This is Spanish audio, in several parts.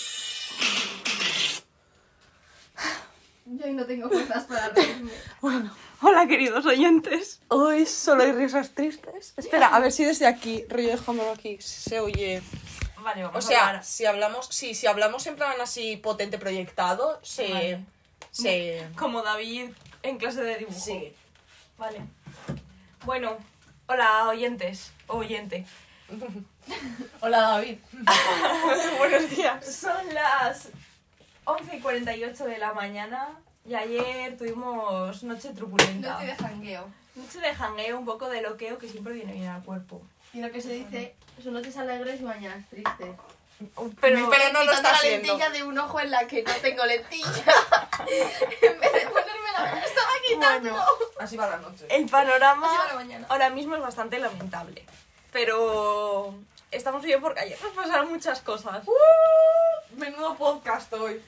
Hola, queridos oyentes. Hoy solo hay risas tristes. Espera, a ver si desde aquí, rollo dejándolo aquí, se oye. Vale, vamos O sea, si hablamos, sí, si hablamos en plan así potente proyectado, se. Vale. se. Como David en clase de dibujo. Sí. Vale. Bueno, hola, oyentes. O oyente. Hola David. Buenos días. Son las 11 y 48 de la mañana y ayer tuvimos noche No truculenta. te de jangueo. Noche de jangueo, un poco de loqueo que siempre viene bien al cuerpo. Y lo que se dice son noches alegres y mañanas tristes. Pero, Pero no lo Quitando está la haciendo. lentilla de un ojo en la que no tengo lentilla. en vez de ponerme la me estaba quitando. Bueno. Así va la noche. el panorama Así va la mañana. ahora mismo es bastante lamentable. Pero estamos bien porque ayer nos pasaron muchas cosas. Uh, Menudo podcast hoy.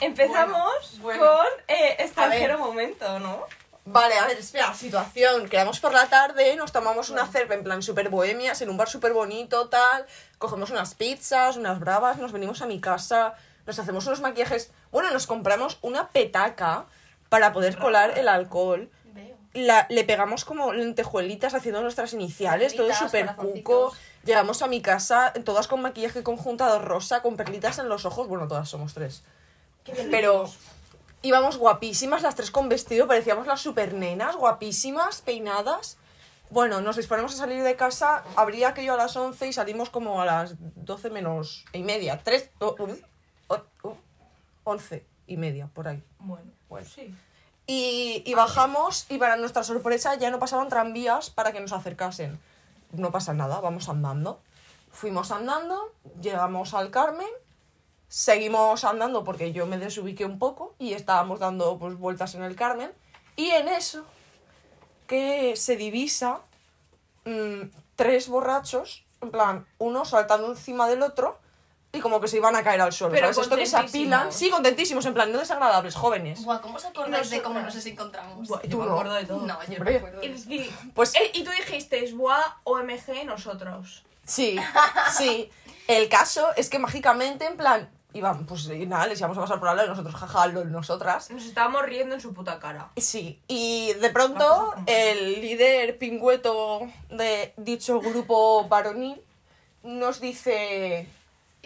Empezamos Bueno, bueno. con eh, extranjero A ver. momento, ¿no? Vale, a ver, espera, situación. Quedamos por la tarde, nos tomamos una cerveza en plan super bohemias, en un bar súper bonito, tal. Cogemos unas pizzas, unas bravas, nos venimos a mi casa, nos hacemos unos maquillajes. Bueno, nos compramos una petaca para poder colar el alcohol. Veo. La- le pegamos como lentejuelitas haciendo nuestras iniciales, todo Perlitas, súper cuco. corazoncitos. Llegamos a mi casa, todas con maquillaje conjuntado rosa, con perlitas en los ojos. Bueno, todas somos tres. Pero íbamos guapísimas, las tres con vestido, parecíamos las supernenas, guapísimas, peinadas. Bueno, nos disponemos a salir de casa, abría aquello a las 11 y salimos como a las 12 menos y media, oh, 3, 11 y media, por ahí. Bueno, Bueno. pues sí. Y, y bajamos y para nuestra sorpresa ya no pasaban tranvías para que nos acercasen. No pasa nada, vamos andando. Fuimos andando, llegamos al Carmen, seguimos andando porque yo me desubiqué un poco y estábamos dando pues, vueltas en el Carmen. Y en eso que se divisa mm, tres borrachos, en plan, uno saltando encima del otro y como que se iban a caer al suelo. Pero ¿sabes? Esto que se apilan, contentísimos. sí, contentísimos, en plan, no desagradables, jóvenes. Buah, ¿cómo os acordáis de cómo nos encontramos? Buah, tú yo me no. acuerdo de todo. No, yo no Hombre. me acuerdo. Y, de eso. y- Pues- eh, y tú dijiste, buah, OMG, nosotros. Sí, sí. El caso es que mágicamente, en plan, iban, pues y nada, les íbamos a pasar por al lado y nosotros, jaja, lol, nosotras. Nos estábamos riendo en su puta cara. Sí, y de Las cosas pronto como son. el líder pingüeto de dicho grupo varonil nos dice...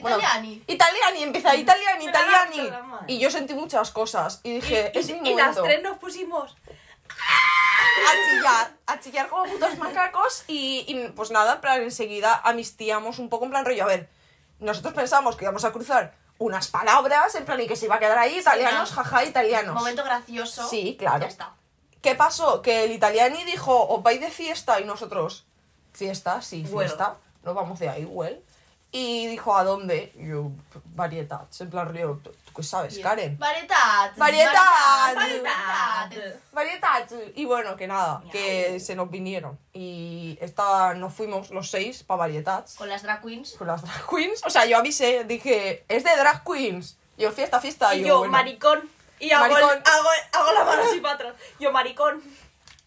bueno, Italiani. italiani, empieza italiani, Me la gasto, italiani. la madre. Y yo sentí muchas cosas y dije, y, es mi y las momento". tres nos pusimos. a chillar, a chillar como putos macacos y, y, pues nada, en plan enseguida amistíamos un poco en plan rollo, a ver, nosotros pensamos que íbamos a cruzar unas palabras en plan y que se iba a quedar ahí italianos, no. jaja, italianos. Momento gracioso. Sí, claro. Ya está. ¿Qué pasó? Que el italiani dijo, os vais de fiesta y nosotros, fiesta, sí, Well. fiesta, nos vamos de ahí, well. Y dijo, ¿a dónde? Y yo, variedad, en plan rollo, ¿tú qué sabes, Karen? Variedad. Variedad. Variedad. Variedad. Y bueno, que nada, que se nos vinieron. Y esta, nos fuimos los seis para Variedad. Con las drag queens. Con las drag queens. O sea, yo avisé, dije, es de drag queens. Yo, fiesta, fiesta. Y yo, bueno. maricón. Y hago, el- Maricón. hago, hago la mano así para atrás. Yo, maricón.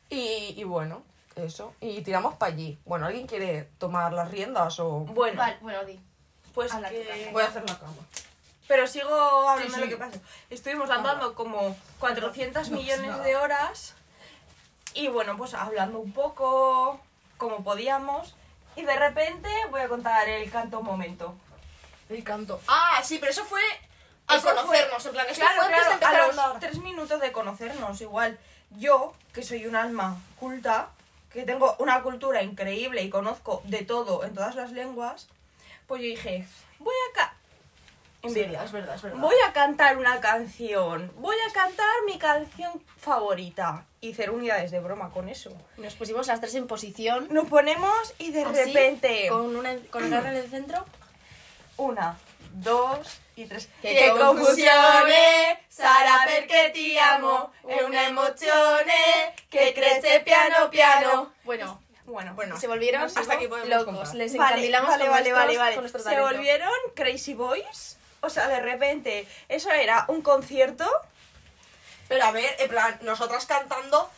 Y, y bueno, eso. Y tiramos para allí. Bueno, ¿alguien quiere tomar las riendas o...? Bueno, Vale, bueno, di. pues Habla tú, que... Carmen. Voy a hacer la cama. Pero sigo hablando Sí, de sí. lo que pasó. Estuvimos andando como 400 millones de horas y bueno, pues hablando un poco, como podíamos. Y de repente voy a contar el canto momento. El canto. Ah, sí, pero eso fue al Eso fue- conocernos. En plan, esto Claro, fue antes claro, de empezar a a los hablar. tres minutos de conocernos, igual yo, que soy un alma culta, que tengo una cultura increíble y conozco de todo en todas las lenguas, pues yo dije, voy a ca- Envidia, es verdad, es verdad. Voy a cantar una canción, voy a cantar mi canción favorita. Y hacer unidades de broma con eso. Nos pusimos las tres en posición. Nos ponemos y de Así, repente... Con, una, con el garra en el centro. Una, dos y tres. Que ¡Qué confusione, Sara perché ti amo, è una emozione che crece piano piano. Bueno, Bueno, pues Bueno, se volvieron hasta aquí podemos locos. contar. Les Vale, encandilamos vale, con, vale, nuestros- vale, vale. con nuestro Se talento. volvieron Crazy Boys. O sea, de repente, eso era un concierto. Pero a ver, en plan, nosotras cantando,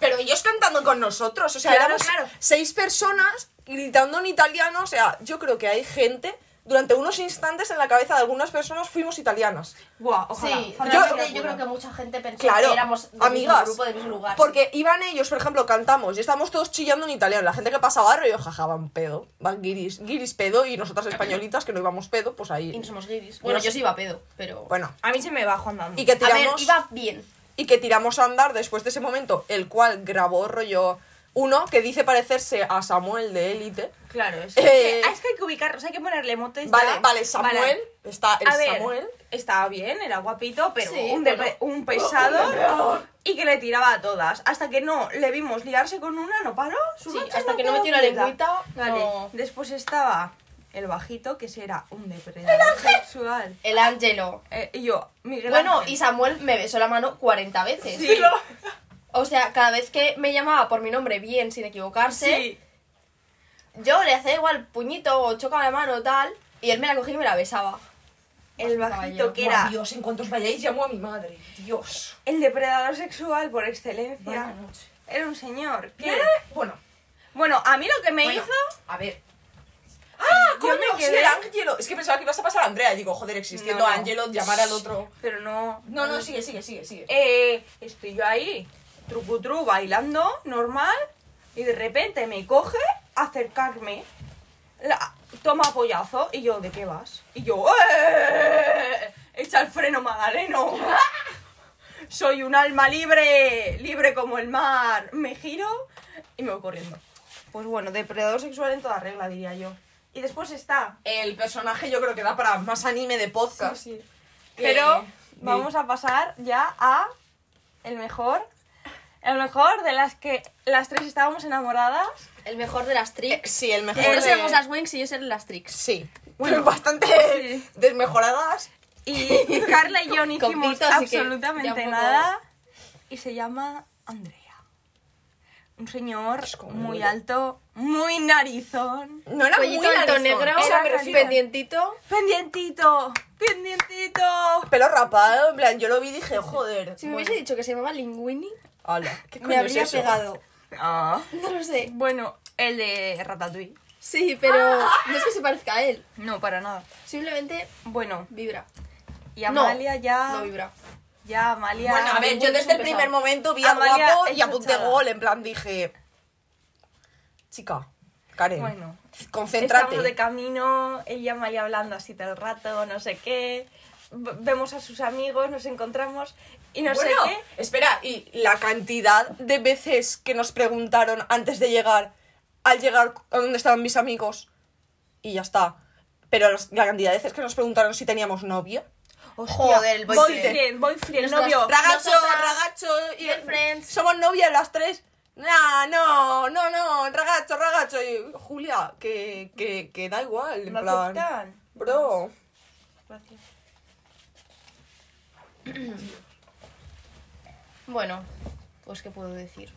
pero ellos cantando con nosotros. O sea, Claro, éramos claro. seis personas gritando en italiano. O sea, yo creo que hay gente durante unos instantes en la cabeza de algunas personas fuimos italianas. Guau, ojalá. Sí, ojalá Yo- se me realmente yo, ocurra. creo que mucha gente pensó Claro, que éramos del amigas. mismo grupo, del mismo lugar. Porque iban ellos, por ejemplo, cantamos y estábamos todos chillando en italiano. La gente que pasaba rollo, jaja, van pedo. Van guiris, guiris pedo y nosotras españolitas que no íbamos pedo, pues Y ahí. no somos guiris. Bueno, Nos- yo sí iba a pedo, pero... Bueno, A mí se me bajó andando. y que a ver, tiramos. iba bien. y que tiramos a andar después de ese momento, el cual grabó rollo uno que dice parecerse a Samuel de Élite. Claro, es, Eh. que- ah, es que hay que ubicarlos, hay que ponerle motes. ya. Vale, vale, Samuel. Está el A ver, Samuel. estaba bien, era guapito, pero Sí, un, de- bueno. un pesado y que le tiraba a todas. Hasta que no le vimos liarse con una, no paró. su Sí, noche hasta que no quedó metió la quieta. lengüita, Vale. no- Después estaba el bajito, que ese era un depredador sexual. El Ángelo. Eh, y yo, Miguel Bueno, Ángel. y Samuel me besó la mano 40 veces. Sí, lo- O sea, cada vez que me llamaba por mi nombre bien, sin equivocarse, sí. yo le hacía igual puñito o chocaba la mano tal, y él me la cogía y me la besaba. El Vas, bajito caballero. que era Dios, en cuantos vayáis llamo a mi madre. Dios. el depredador sexual por excelencia. Era un señor. que- Bueno, Bueno, a mí lo que me ¿Eh? bueno, hizo. A ver. ¡Ah! Yo ¡Coño! me sí, quedé- era Ángelo. Es que pensaba que ibas a pasar a Andrea. Digo, joder, existiendo No, no. Ángelo, llamar al otro. Pero no. No, no, sigue, sigue, sigue, sigue. Eh, estoy yo ahí, trucutru, bailando, normal, y de repente me coge acercarme, la, toma pollazo, y yo, ¿de qué vas? Y yo, "¡Eh! echa el freno Magdaleno, soy un alma libre, libre como el mar, me giro y me voy corriendo. Pues bueno, depredador sexual en toda regla, diría yo. Y después está... El personaje yo creo que da para más anime de podcast. Pero Que- vamos a pasar ya a el mejor. El mejor de las que las tres estábamos enamoradas. El mejor de las tricks. Eh, Eh, Sí, Eh, el mejor. Nosotros de- éramos las Wings y ellos eran las tricks. Sí. bastante sí. desmejoradas. Y Carla y yo no Compito, hicimos así que ya absolutamente un poco- nada. Y se llama Andrea. Un señor Es como muy yo. alto, muy narizón. No era Cuellito muy alto narizón. negro, O sea, Era me calidad. refiero- pendientito. Pendientito, pendientito. Pelo rapado, en plan, yo lo vi y dije, joder. Si me hubiese dicho que se llamaba Linguini, Ala, ¿qué me coño es habría eso? pegado. Ah. No lo sé. Bueno, el de Ratatouille. Sí, pero ah. no es que se parezca a él. No, para nada. Simplemente Bueno, vibra. y No, Amalia ya. No vibra. Ya, Amalia. Bueno, a ver, yo Linguini es desde el un primer pesado. momento vi a Amalia guapo y es a punto de chochada. gol, en plan, dije. Chica, Karen. Bueno. concéntrate. Estamos de camino, ella y Amalia hablando así todo el rato, no sé qué. V- vemos a sus amigos, nos encontramos y no bueno, sé qué. espera, y la cantidad de veces que nos preguntaron antes de llegar, al llegar, ¿a dónde estaban mis amigos? Y ya está. Pero los- la cantidad de veces que nos preguntaron si teníamos novio. Joder, el boyfriend. boyfriend, boyfriend, Nuestras novio. ra- Ragacho, Nosotras, ragacho y girlfriends. Somos novias las tres. Nah, no, no, no, ragacho, ragacho. Y, Julia, que, que, que da igual, en No plan. aceptan. Bro. Gracias. Bueno, pues qué puedo decir.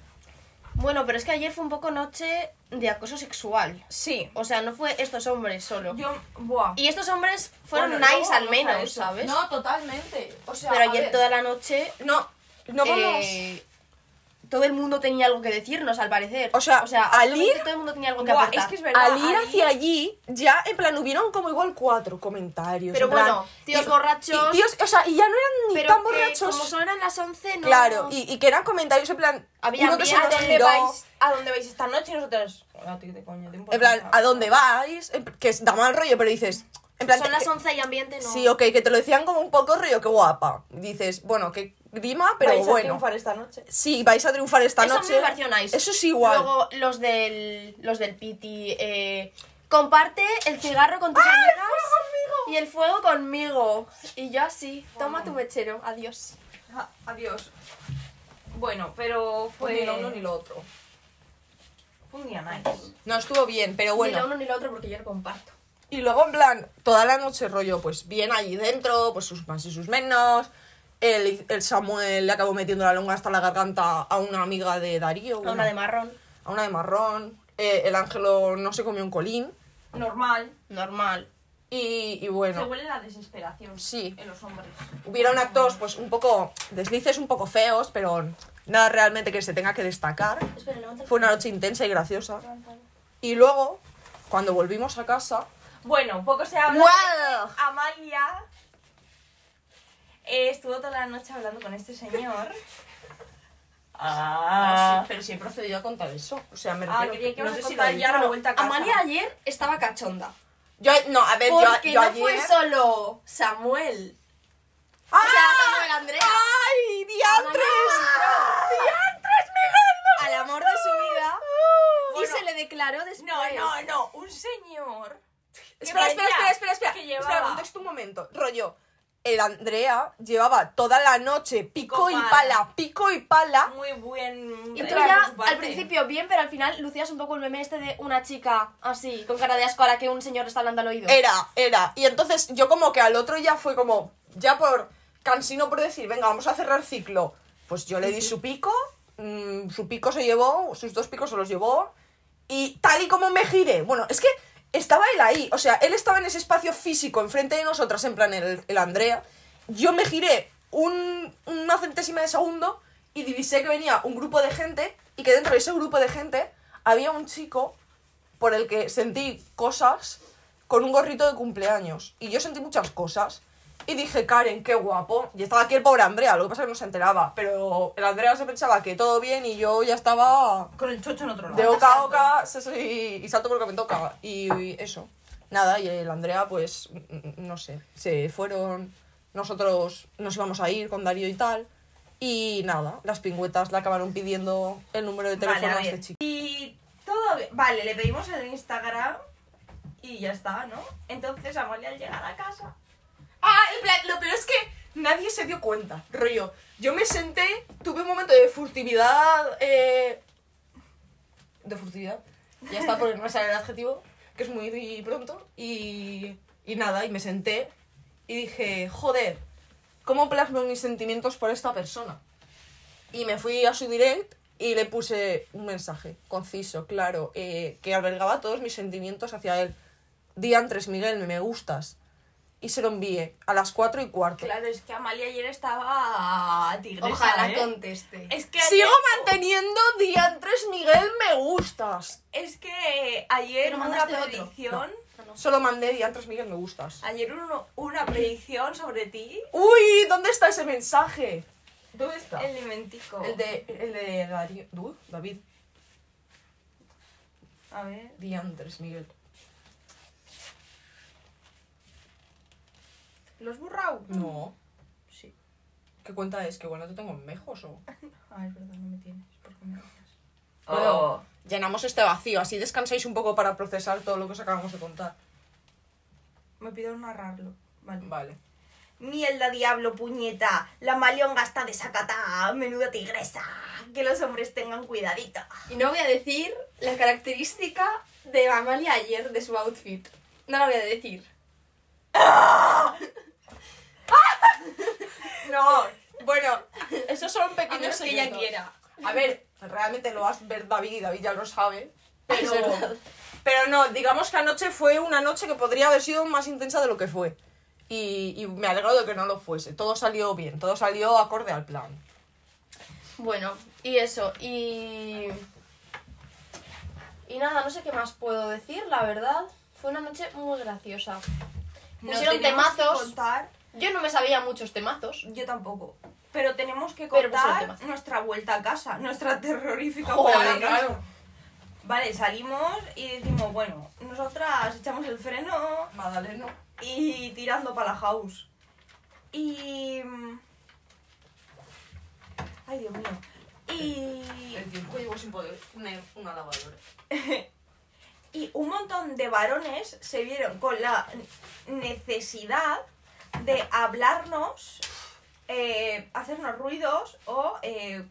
Bueno, pero es que ayer fue un poco noche de acoso sexual. Sí, O sea, no fue estos hombres solo. yo, buah. Y estos hombres fueron Bueno, luego nice al vamos a menos, eso. ¿sabes? totalmente. O sea, pero ayer toda la noche No, no vamos. eh, todo el mundo tenía algo que decirnos, al parecer. O sea, al absolutamente ir- todo el mundo tenía algo que Buah, aportar. es que es verdad. Al ir al hacia allí, ya en plan hubieron como igual cuatro comentarios. Pero en plan, bueno, tíos borrachos. y tíos- o sea, y ya no eran ni pero tan que borrachos. como solo eran las 11, no... Claro, y, y que eran comentarios en plan. Había uno que se ambiente, nos ¿dónde giró, vais? ¿A dónde vais esta noche? Y nosotros. "A ti, de coño, te importa". En plan, ¿a dónde vais? En- Que es- da mal rollo, pero dices. En plan, Son las que- 11 y ambiente no... Sí, ok, que te lo decían como un poco rollo, que guapa. Dices, bueno, que grima, pero ¿Vais a bueno. triunfar esta noche? Sí, vais a triunfar esta Eso a mí noche. me pareció nice. Eso es igual. Luego los del, los del piti. eh, comparte el cigarro con tus amigas y el fuego conmigo. Y yo así, toma tu mechero, adiós. Ah, adiós. Bueno, pero fue. Pues ni lo uno ni lo otro. Fue un día nice. No estuvo bien, pero bueno. Ni lo uno ni lo otro porque yo lo comparto. Y luego, en plan, toda la noche rollo, pues bien allí dentro, pues sus más y sus menos. El, el Samuel le acabó metiendo la longa hasta la garganta a una amiga de Darío. A bueno, Una de marrón. a una de marrón. Eh, el Ángelo no se comió un colín. Normal. Normal. Y, y Se bueno, huele la desesperación Sí. en los hombres. hubieron actos, pues un poco, deslices un poco feos, pero nada realmente que se tenga que destacar. Espera, levanta el- Fue una noche intensa y graciosa. Y luego, cuando volvimos a casa, Ah, Bueno, poco se habla. Wow. de que Amalia eh, estuvo toda la noche hablando con este señor. Ah, sí, pero sí he procedido a contar eso. O sea, me Ah, refiero creía que no ibas a sé si contar lo ya dije. la vuelta a casa. Amalia ayer estaba cachonda. Yo, no, a ver, yo, Porque yo no ayer... fue solo Samuel. ¡Ah! O sea, Samuel Andrea. ¡Ay, Amalia diantres! encontró ¡Diantres, Miguel! al amor de su vida y Bueno. se le declaró después. No, no, no, un señor. que Espera, espera, parecía espera, espera, espera. que Espera, llevaba. contexto un momento. Rollo, el Andrea llevaba toda la noche pico, Pico y pala. pala, pico y pala. Muy buen. Y tú trabajo ya, por su parte. al principio bien, pero al final lucías un poco el meme este de una chica así, con cara de asco a la que un señor le está hablando al Eh, oído. Era, era. Y entonces yo como que al otro ya fue como, ya por cansino por decir, venga, vamos a cerrar ciclo. Pues yo le di su pico, mm, su pico se llevó, sus dos picos se los llevó. Y tal y como me giré, bueno, es que estaba él ahí, o sea, él estaba en ese espacio físico enfrente de nosotras, en plan el, el Andrea. Yo me giré un, una centésima de segundo y divisé que venía un grupo de gente y que dentro de ese grupo de gente había un chico por el que sentí cosas con un gorrito de cumpleaños. Y yo sentí muchas cosas. Y dije, Karen, qué guapo. Y estaba aquí el pobre Andrea, lo que pasa es que no se enteraba. Pero el Andrea se pensaba que todo bien y yo ya estaba Con el chocho en otro lado. de oca a oca se- se- y, y salto por lo que me toca. Y, y eso. Nada, y el Andrea, pues, mm, mm, no sé, se fueron. Nosotros nos íbamos a ir con Darío y tal. Y nada, las pingüetas le acabaron pidiendo el número de teléfono Vale, a a este ver. chico. Y todo. bi- Vale, le pedimos el Instagram y ya está, ¿no? Entonces Amalia al llegar a casa. Ah, en plan, lo peor es que nadie se dio cuenta, rollo. Yo me senté, tuve un momento de furtividad. eh, De furtividad. Ya está, porque no me sale el adjetivo, que es muy pronto. Y, y nada, y me senté y dije, joder, ¿cómo plasmo mis sentimientos por esta persona? Y me fui a su direct y le puse un mensaje conciso, claro, eh, que albergaba todos mis sentimientos hacia él. Diantres, Miguel, me gustas. Y se lo envié a las 4 y cuarto. Claro, es que Amalia ayer estaba tigresa. Ojalá ¿eh? conteste. Es que Sigo ayer- manteniendo Diantres, Miguel, me gustas. Es que ayer Pero hubo una mandaste otro. predicción. Solo mandé Diantres, Miguel, me gustas. Ayer uno- una predicción sobre ti. Uy, ¿dónde está ese mensaje? ¿Dónde está? El limentico. El de, el de Darío- du- David A ver. Diantres, Miguel. ¿Los burrao? No. Sí. ¿Qué cuenta es? Que bueno, te tengo en mejos o. Ah, es verdad, no me tienes. ¿Por qué me dejas? Oh. Bueno, llenamos este vacío, así descansáis un poco para procesar todo lo que os acabamos de contar. Me pido narrarlo. Vale. Vale. Mierda, diablo, puñeta. La malionga está desacatada. Menuda tigresa. Que los hombres tengan cuidadito. Y no voy a decir la característica de Amalia ayer de su outfit. No la voy a decir. No, bueno, esos son A pequeños menos que ella secretos. quiera. A ver, realmente lo vas a ver David y David ya lo sabe. Es Pero, verdad. pero no, digamos que anoche fue una noche que podría haber sido más intensa de lo que fue. Y, y me alegro de que no lo fuese. Todo salió bien, todo salió acorde al plan. Bueno, y eso, y... Y nada, no sé qué más puedo decir, la verdad. Fue una noche muy graciosa. Pusieron tenemos que temazos. contar- Yo no me sabía muchos temazos. Yo tampoco. Pero tenemos que Pero pues el contar tema. nuestra vuelta a casa. Nuestra terrorífica Joder, vuelta a casa. claro. Vale, salimos y decimos, bueno, nosotras echamos el freno. Madaleno. y tirando para la house. Y. mm, Ay, Dios mío. Y. tiempo llevo sin poder tener una lavadora. Y un montón de varones se vieron con la necesidad de hablarnos, eh, hacernos ruidos o eh,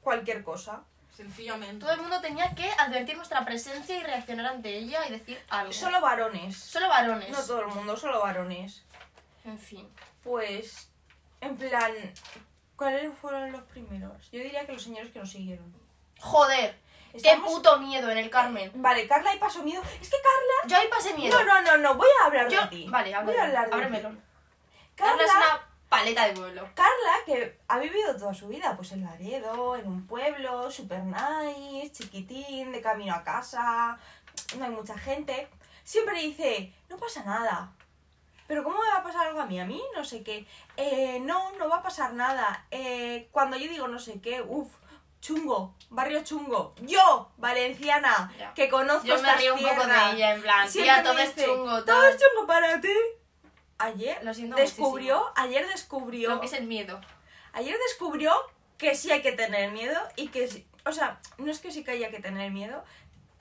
cualquier cosa. Sencillamente. Todo el mundo tenía que advertir nuestra presencia y reaccionar ante ella y decir algo. Solo varones. Solo varones. No todo el mundo, solo varones. En fin. Pues, en plan, ¿cuáles fueron los primeros? Yo diría que los señores que nos siguieron. Joder, Estamos- qué puto miedo en el Carmen. Vale, Carla y paso miedo. Es que Carla. Yo ahí pasé miedo. No, no, no, no, voy a hablar de ti. Yo... Vale, voy a hablar de ti. ábremelo. Carla, Carla es una paleta de vuelo. Carla, que ha vivido toda su vida, pues en Laredo, en un pueblo, super nice, chiquitín, de camino a casa, no hay mucha gente. siempre dice, no pasa nada. Pero ¿cómo me va a pasar algo a mí? A mí no sé qué. Eh, no, no va a pasar nada. Eh, cuando yo digo no sé qué, uff, chungo, barrio chungo. Yo, valenciana, Ya. que conozco Yo me estas río un poco de tierras, ella, en plan, siempre tía, todo me es dice, chungo, Todo tal". es chungo para ti. Ayer Lo siento descubrió, ayer descubrió Lo que es el miedo. Ayer descubrió que sí hay que tener miedo y que, sí- o sea, no es que sí que haya que tener miedo,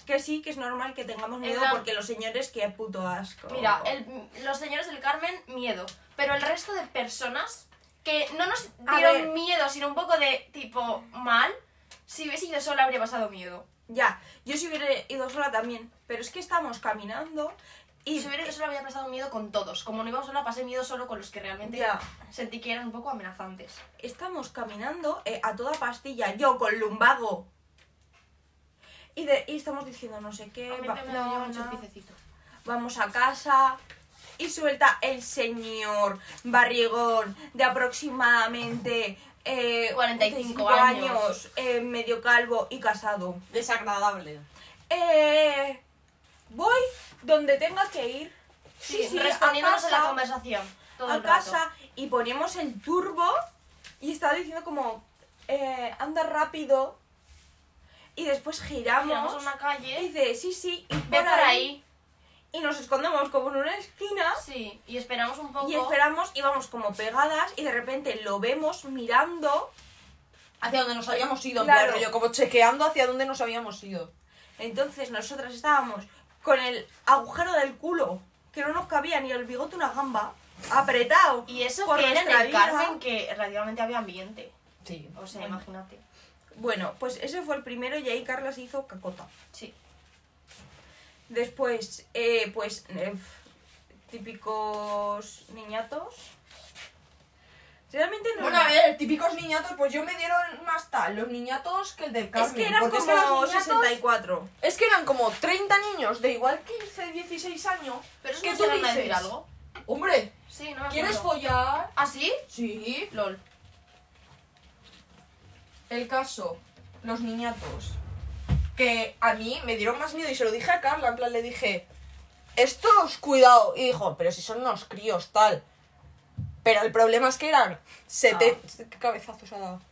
que sí que es normal que tengamos miedo plan- porque los señores que puto asco. Mira, el- los señores del Carmen, miedo. Pero el resto de personas que no nos A ver. dieron miedo, sino un poco de tipo mal, si hubiese ido sola habría pasado miedo. Ya, yo si hubiera ido sola también, pero es que estamos caminando y... Y si hubiera ido sola habría pasado miedo con todos. Como no iba sola, pasé miedo solo con los que realmente Ya. sentí que eran un poco amenazantes. estamos caminando eh, a toda pastilla, yo con lumbago. Y, de- y estamos diciendo no sé qué, A mí Eh, va- me no, dolían mucho no. el piececito. vamos a casa y suelta el señor barrigón de aproximadamente eh, 45 años, eh, medio calvo y casado. Desagradable. Eh, voy donde tenga que ir. Sí, respondiéndonos a a la casa, conversación. Todo a el rato. casa y ponemos el turbo y estaba diciendo como eh, anda rápido y después giramos, Giramos a una y calle, dice sí sí y ve por ahí. y nos escondemos como en una esquina Sí, y esperamos un poco. Y esperamos, íbamos como pegadas y de repente lo vemos mirando. Hacia donde nos habíamos ido, Claro. claro. yo como chequeando hacia dónde nos habíamos ido. Entonces nosotras estábamos con el agujero del culo, que no nos cabía ni el bigote una gamba, apretado. Y eso por que era en nuestra el vida. Carmen, que relativamente había ambiente. Sí. O sea, Bueno. imagínate. Bueno, pues ese fue el primero y ahí Carla se hizo cacota. Sí. Después, eh, pues, eh, f- típicos niñatos. Realmente no. Bueno, a ver, típicos niñatos, pues yo me dieron más tal los niñatos que el del Carmen. Es que eran porque como es que los niñatos- 64. Es que eran como 30 niños de igual 15, 16 años. Pero eso ¿Qué no tú se van a dices? decir algo. Hombre, Sí, no me acuerdo. ¿quieres follar? ¿Ah, sí? Sí. LOL. El caso, los niñatos. Que a mí me dieron más miedo y se lo dije a Carla, en plan le dije, estos cuidado. Y dijo, pero si son unos críos, tal. Pero el problema es que eran 70... Ah. ¿Qué cabezazos ha dado?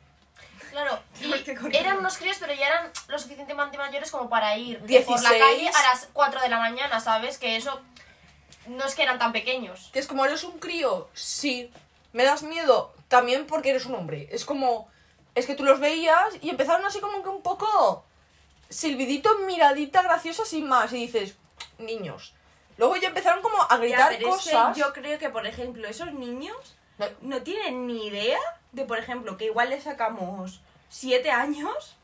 Claro. Me estoy Y corriendo. eran unos críos, pero ya eran lo suficientemente mayores como para ir por 16. la calle a las 4 de la mañana, ¿sabes? Que eso no es que eran tan pequeños. Que es como, ¿eres un crío? Sí. ¿Me das miedo? También porque eres un hombre. Es como, es que tú los veías y empezaron así como que un poco silbidito, miradita graciosa sin más. Y dices, niños. Luego ya empezaron como a Ya, gritar pero es que cosas. yo creo que, por ejemplo, esos niños No. no tienen ni idea de, por ejemplo, que igual le sacamos siete años.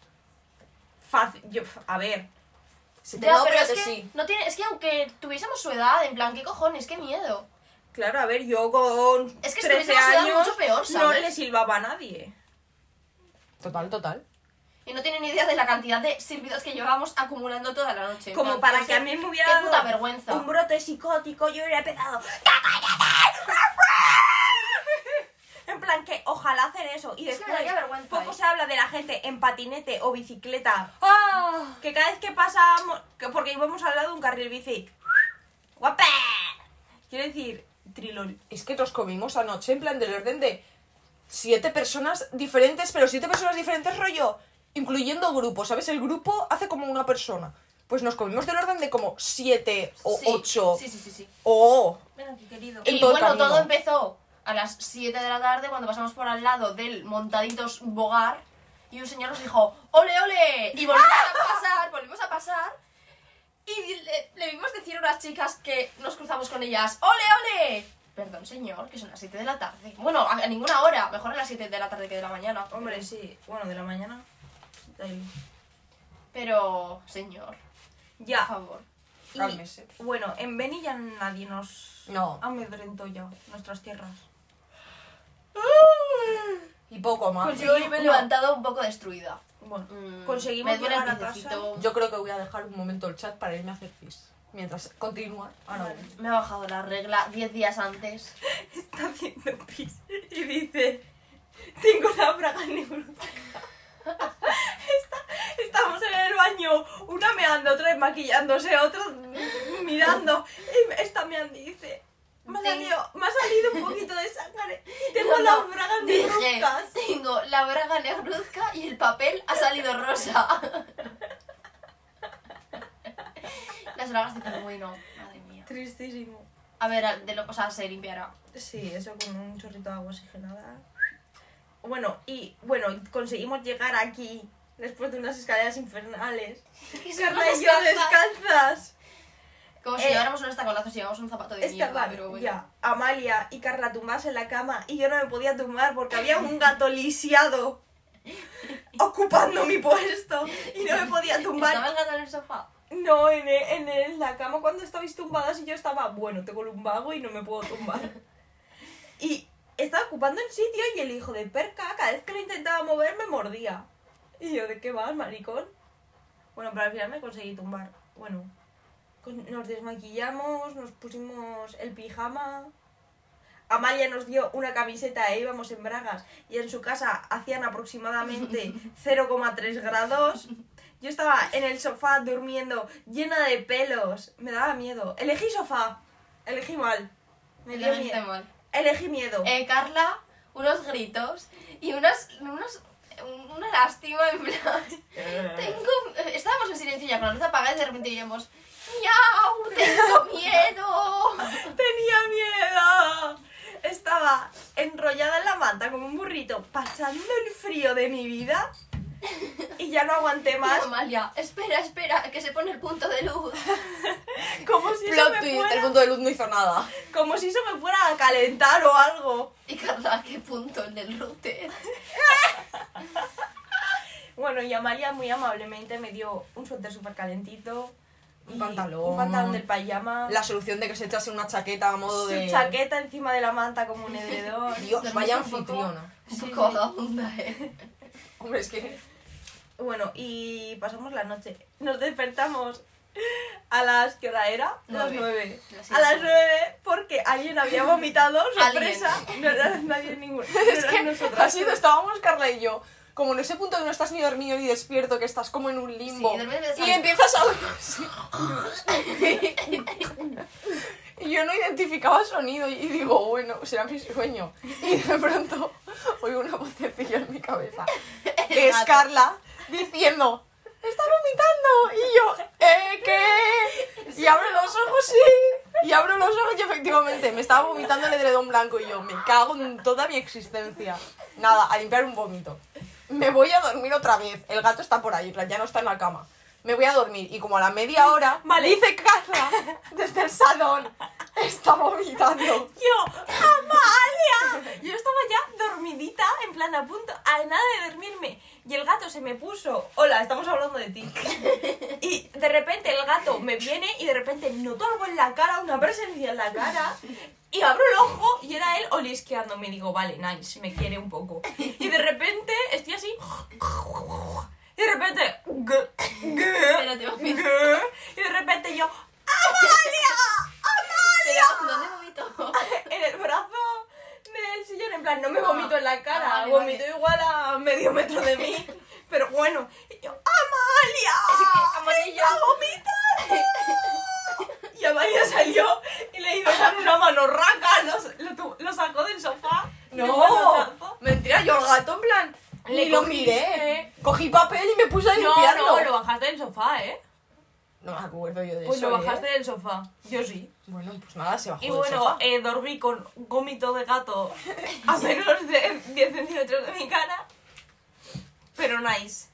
Fácil, yo- a ver, Sí, Ya, no, pero, es que, que sí. no tiene, es que aunque tuviésemos su edad, en plan, ¿qué cojones? ¡Qué miedo! claro, a ver, yo con Es que si 13 tuviésemos edad, años mucho peor, no ¿sabes? le silbaba a nadie. Total, total. Y no tienen ni idea de la cantidad de silbidos que llevábamos acumulando toda la noche. Como No, para o que sea, a mí me hubiera qué dado puta vergüenza. un brote psicótico, yo hubiera empezado. "¡Te callarás!". En plan que ojalá hacer eso. Y Es que me después daría vergüenza, poco ¿eh? se habla de la gente en patinete o bicicleta ¡Ah! Que cada vez que pasamos, que porque íbamos al lado de un carril bici. ¡Guapa! Quiero decir, trilón. Es que nos comimos anoche en plan del orden de siete personas diferentes, pero siete personas diferentes rollo, incluyendo grupo, ¿sabes? El grupo hace como una persona. Pues nos comimos del orden de como siete o Sí, ocho. Sí, sí, sí, sí. o Ven aquí, querido. En Y todo el bueno, camino. todo empezó a las 7 de la tarde cuando pasamos por al lado del Montaditos Bogar y un señor nos dijo, ¡ole, ole! Y volvimos a pasar, volvimos a pasar y le, le vimos decir a unas chicas que nos cruzamos con ellas, ¡ole, ole! Perdón, señor, que son las 7 de la tarde. Bueno, a, a ninguna hora, mejor a las 7 de la tarde que de la mañana. Hombre, sí. Bueno, de la mañana. Da igual. Pero, señor, por Ya. favor. Y, Cálmese. bueno, en Beni ya nadie nos No. amedrentó ya nuestras tierras. y poco más. Pues yo... yo hoy me he levantado un poco destruida. Bueno, Mm, conseguimos me duele el llegar a casa. piececito. creo que voy a dejar un momento el chat para irme a hacer pis. Mientras continúa. Ah, no. Vale. Me he bajado la regla 10 días antes. Está haciendo pis y dice: Tengo la braga neurótica. Está- estamos en el baño, una meando, otra desmaquillándose, otra mirando. Y me- esta me dice. Me ha, Ten- salido, me ha salido un poquito de sangre. y Tengo Cuando las bragas dije, negruzcas. Tengo la braga negruzca y el papel ha salido rosa. Las bragas de pingüino, madre mía. Tristísimo. A ver, al- de lo, o sea, se limpiará. Sí, eso con un chorrito de agua oxigenada. Bueno, y bueno, conseguimos llegar aquí después de unas escaleras infernales. Carla y yo descalzas. Como si Eh, lleváramos unos tacolazos y lleváramos un zapato de mierda, Estaban pero bueno. ya Amalia y Carla tumbadas en la cama y yo no me podía tumbar porque había un gato lisiado ocupando mi puesto y no me podía Estaba tumbar. el gato en el sofá. No, en, e- en el- la cama cuando estabais tumbadas y yo estaba, bueno, tengo lumbago y no me puedo tumbar. Y estaba ocupando el sitio y el hijo de perca, cada vez que lo intentaba mover, me mordía. Y yo, ¿de qué vas, maricón? Bueno, pero al final me conseguí tumbar. Bueno, con- nos desmaquillamos, nos pusimos el pijama. Amalia nos dio una camiseta e íbamos en bragas. Y en su casa hacían aproximadamente 0,3 grados. Yo estaba en el sofá durmiendo, llena de pelos. Me daba miedo. Elegí sofá. Elegí mal. Me dio Elegiste miedo. mal. Elegí miedo. Eh, Carla, unos gritos y unas, unos, una lástima en plan. Tengo. eh, Estábamos en silencio ya con la luz apagada y de repente oíamos. ¡Miau! ¡Tengo miedo! Tenía miedo. Estaba enrollada en la manta como un burrito, pasando el frío de mi vida. Y ya no aguanté más. Amalia, espera, espera, que se pone el punto de luz. Como si, eso Plot me twist, el fuera, punto de luz no hizo nada. como si eso me fuera a calentar o algo. Y Carla, ¿qué punto? El eh?". del router. Bueno, y Amalia muy amablemente me dio un suéter súper calentito. Un y pantalón. Un pantalón del pijama. La solución de que se echase una chaqueta a modo su de... chaqueta encima de la manta como un edredón. Dios, Dormimos vaya un poco. anfitriona. Un Sí. poco la onda, eh. Hombre, es que... Bueno, y pasamos la noche. Nos despertamos a las... ¿Qué hora era? Nueve. Las nueve. Las A las nueve. nueve porque alguien había vomitado, sorpresa. No era nadie ninguno. Es que ha sido, estábamos Carla y yo, como en ese punto de no estás ni dormido ni despierto, que estás como en un limbo. Sí, de repente y sale- empiezas a oír así. Y yo no identificaba sonido y digo, bueno, será mi sueño. Y de pronto oigo una vocecilla en mi cabeza, que es gato. Carla, diciendo, está vomitando. Y yo, ¿eh qué? Y abro los ojos, sí. Y abro los ojos y efectivamente me estaba vomitando el edredón blanco y yo, me cago en toda mi existencia. Nada, a limpiar un vómito. Me voy a dormir otra vez. El gato está por ahí, en plan, ya no está en la cama. Me voy a dormir y como a la media hora, Vale. dice Carla desde el salón, está vomitando. Yo, Amalia. Yo estaba ya dormidita, en plan a punto, a nada de dormirme. Y el gato se me puso, hola, estamos hablando de ti. Y de repente el gato me viene y de repente noto algo en la cara, una presencia en la cara. Y abro el ojo y era él olisqueando. Me digo, vale, nice, me quiere un poco. Y de repente estoy así. Y de repente. gu- Pero gu- te vas gu- Y de repente yo. ¡Amalia! ¡Amalia! ¿Dónde vomito? en el brazo del sillón, en plan, no me Ah, vomito en la cara, ah, vale, vomito vale. igual a medio metro de mí, pero bueno, y yo, ¡Amalia! que Amalia y ¡Está yo- vomitando! Y Amalia salió y le hizo con una manorraca, lo, s- lo, tu- lo sacó del sofá. de un manotazo. mentira, yo el gato en plan, Le ni lo cogiste. miré. Cogí papel y me puse a No, limpiarlo. no, lo bajaste del sofá, ¿eh? No me acuerdo yo de Pues eso. lo bajaste ¿eh? del sofá, yo sí. Bueno, pues nada, se bajó Y del bueno, sofá. eh, dormí con gómito de gato a menos de 10 centímetros de mi cara. Pero nice.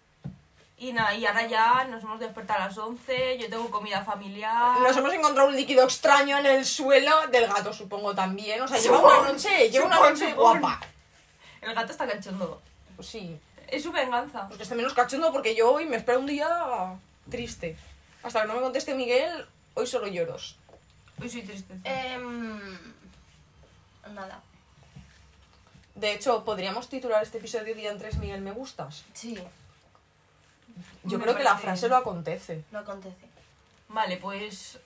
Y nada, y ahora ya nos hemos despertado a las 11, yo tengo comida familiar. Nos hemos encontrado un líquido extraño en el suelo del gato, supongo también. O sea, lleva Supongo. una noche, lleva una Supongo, noche supongo. guapa. El gato está cachondo. Pues sí, Es su venganza. pues que esté menos cachondo porque yo hoy me espero un día triste. Hasta que no me conteste Miguel, hoy solo lloros. Hoy soy triste. Eh. Em, nada. De hecho, podríamos titular este episodio Día en tres Miguel me gustas. Sí, Yo Me creo que la parece frase lo acontece. no acontece. Vale, pues.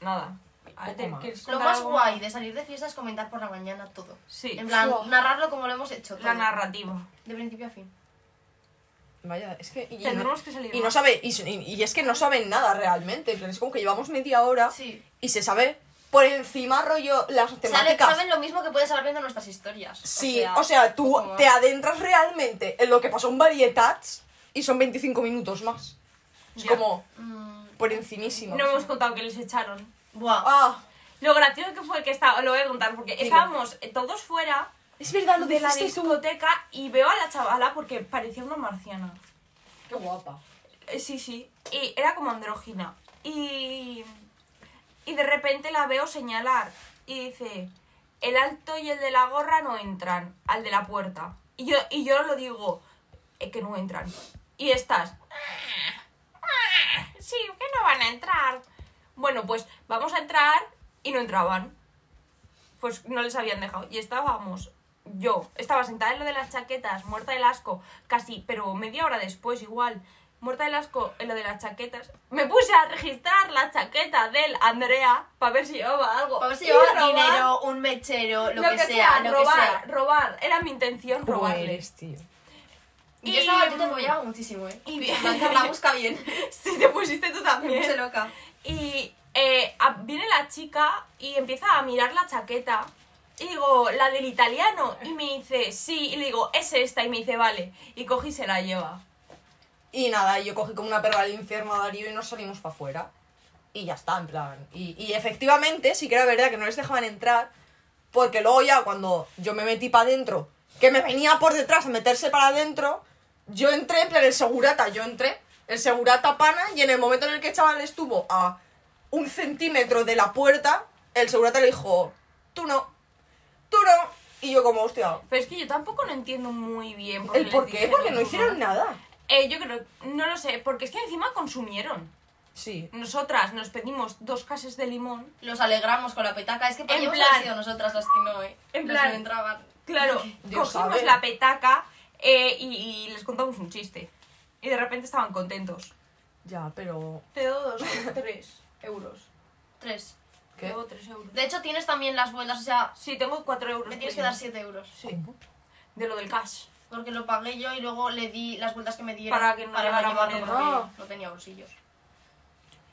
Nada. A ver, Poco ¿te- más. quieres Lo contar más algo guay de salir de fiesta es comentar por la mañana todo. Sí. En plan, Fua. narrarlo como lo hemos hecho. La todo. narrativa. De principio a fin. Vaya, es que. Y, Tendremos que salir Y no más. sabe, y, s- y- y es que no saben nada realmente. en plan, Es como que llevamos media hora Sí. y se sabe por encima rollo las Sale- temáticas. saben lo mismo que puedes saber viendo nuestras historias. Sí, o sea, tú poco más. te adentras realmente en lo que pasó en Varietats y son 25 minutos más. Es Ya. como Mm, por encimísimo. No hemos contado que les echaron. buah. Ah, Lo gracioso que fue que estaba, lo voy a contar, porque estábamos eh, todos fuera es verdad lo de la dijiste tú. discoteca y veo a la chavala porque parecía una marciana. Qué guapa. Eh, Sí, sí. Y era como andrógina. Y. Y de repente la veo señalar. Y dice: El alto y el de la gorra no entran. Al de la puerta. Y yo, y yo lo digo: "Eh, Que no entran. Y estás. Sí, que no van a entrar. Bueno, pues vamos a entrar. Y no entraban. Pues no les habían dejado. Y estábamos. Yo estaba sentada en lo de las chaquetas, muerta del asco, casi, pero media hora después igual, muerta del asco en lo de las chaquetas. Me puse a registrar la chaqueta del Andrea para ver si llevaba algo. Para ver si Y llevaba robar, dinero, un mechero, lo, que, sea, lo robar, que sea. robar. Era mi intención ¿Cómo robarle. eres, tío? Yo esa galleta me apoyaba muchísimo, ¿eh? Y- Blanca la busca bien. Si te pusiste tú Me puse también. loca. Y eh, a- viene la chica y empieza a mirar la chaqueta. Y digo, la del italiano. Y me dice, sí. Y le digo, es esta. Y me dice, vale. Y cogí y se la lleva. Y nada, yo cogí como una perra del infierno a Darío y nos salimos para afuera. Y ya está, en plan. Y, y efectivamente, sí que era verdad que no les dejaban entrar, porque luego ya cuando yo me metí para adentro, que me venía por detrás a meterse para adentro, yo entré, en plan, el segurata, yo entré, el segurata pana, y en el momento en el que el chaval estuvo a un centímetro de la puerta, el segurata le dijo, tú no, tú no. Y yo como, hostia, Pero es que yo tampoco no entiendo muy bien ¿el les por qué? dijeron Porque no eso, hicieron nada. Eh, yo creo, no lo sé, porque es que encima consumieron. Sí. Nosotras nos pedimos dos cases de limón. Los alegramos con la petaca. Es que En podríamos plan- haber sido nosotras las que no, ¿eh? En Las plan- que entraban. Claro, Dios cogimos sabe. la petaca eh, y, y les contamos un chiste. Y de repente estaban contentos. Ya, pero... Te doy dos, tres euros. Tres. ¿Qué? ¿Qué? tres euros. De hecho, tienes también las vueltas, o sea, Sí, tengo cuatro euros. me tienes que tuyos. dar siete euros. Sí, de lo del cash. Porque lo pagué yo y luego le di las vueltas que me dieron Para que no llegara llevarlo moneda. porque no tenía bolsillos.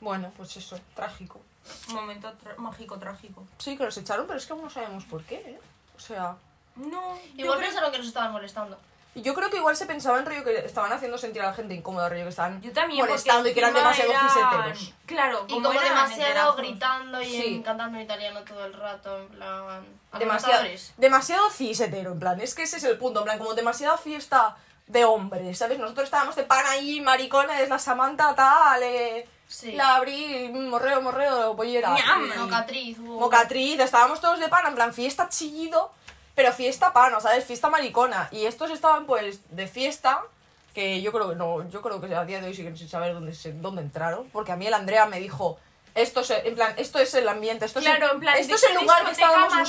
Bueno, pues eso, trágico. Momento tra- mágico, trágico. Sí, que los echaron, pero es que aún no sabemos por qué, ¿eh? O sea, No, yo Igual creo- pensaron que nos estaban molestando. yo creo que igual se pensaba en rollo que estaban haciendo sentir a la gente incómoda, rollo que estaban yo también. porque molestando y que eran encima demasiado eran- fiseteros. Claro, Y como eran demasiado enterazos. gritando y Sí. en- cantando en italiano todo el rato, en plan... Demasiado, alborotadores. demasiado cisetero, en plan, es que ese es el punto, en plan, como demasiada fiesta de hombres, ¿sabes? Nosotros estábamos de pan ahí, maricones, la Samantha tal, eh, Sí. la Abril, morreo, morreo, pollera. Ñam. Mocatriz. wow. Mocatriz, estábamos todos de pana, en plan fiesta chillido, pero fiesta pana, ¿sabes? Fiesta maricona. Y estos estaban pues de fiesta, que yo creo que no, yo creo que a día de hoy siguen sin saber dónde, se- dónde entraron, porque a mí el Andrea me dijo, esto es, el- en plan, esto es el ambiente, esto es, Claro, el- en plan. esto ¿de es el qué lugar que discoteca estábamos más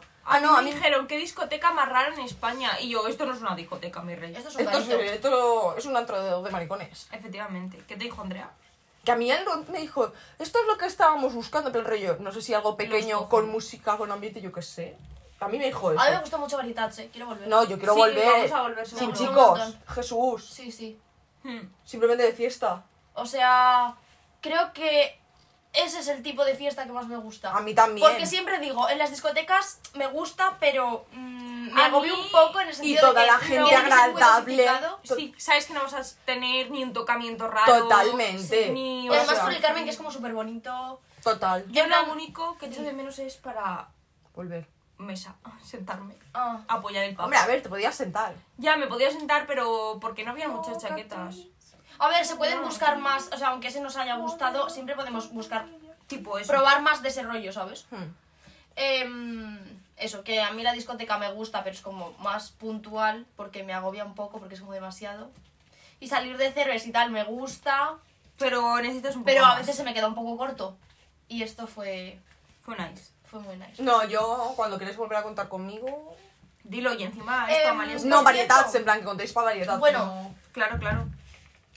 rara? Ah, no, a me mí... dijeron, ¿qué discoteca más rara en España? Y yo, esto no es una discoteca, mi rey. Esto es un Esto es, garito. esto es un antro de, de maricones. Efectivamente. ¿Qué te dijo Andrea? Que a mí él me dijo, esto es lo que estábamos buscando, pero el rollo, no sé si algo pequeño, con cojones. música, con ambiente, yo qué sé. A mí me dijo eso. A mí me gustó mucho Varietache, quiero volver. No, yo quiero Sí, volver. vamos a volver, sí, seguro. chicos. Un montón. Jesús. Sí, sí. Hmm. Simplemente de fiesta. O sea, creo que ese es el tipo de fiesta que más me gusta. A mí también. Porque siempre digo, en las discotecas me gusta, pero mm, me A agobio mí- un poco en el sentido de toda que la gente no tiene que ser muy agradable. dosificado. To- Sí, sabes que no vas a tener ni un tocamiento raro. Totalmente. sí, Ni, Y O además sea- por el Carmen, que es como súper bonito. Total. Yo plan- lo único que echo de menos es para Volver. mesa, sentarme, Ah, apoyar el papel. Hombre, a ver, te podías sentar. Ya me podía sentar, pero porque no había muchas chaquetas. A ver, se pueden buscar más, o sea, aunque ese nos haya gustado, siempre podemos buscar, Tipo eso. probar más de ese rollo, ¿sabes? Hmm. Em, eso, que a mí la discoteca me gusta, pero es como más puntual, porque me agobia un poco, porque es como demasiado. Y salir de cerveza y tal me gusta, pero necesitas un poco pero a más. veces se me queda un poco corto. Y esto fue, Fue nice. fue muy nice. No, yo cuando quieres volver a contar conmigo. Dilo, y encima esto Em, Amalia está- No, cierto. variedad, en plan que contéis para variedad. Bueno. Claro, claro.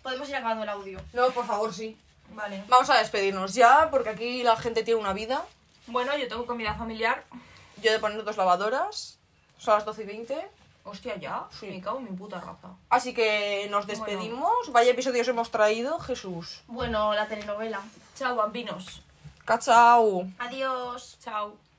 Podemos ir acabando el audio. No, No, por favor, sí. Vale. Vamos a despedirnos ya, porque aquí la gente tiene una vida. Bueno, yo tengo comida familiar. Yo he de poner dos lavadoras. Son las 12 y 20. Hostia, ya. Sí. Me cago en mi puta raza. Así que nos despedimos. Vaya episodios hemos traído, Jesús. Bueno, la telenovela. Chao, bambinos. Cachao. Adiós. Chao.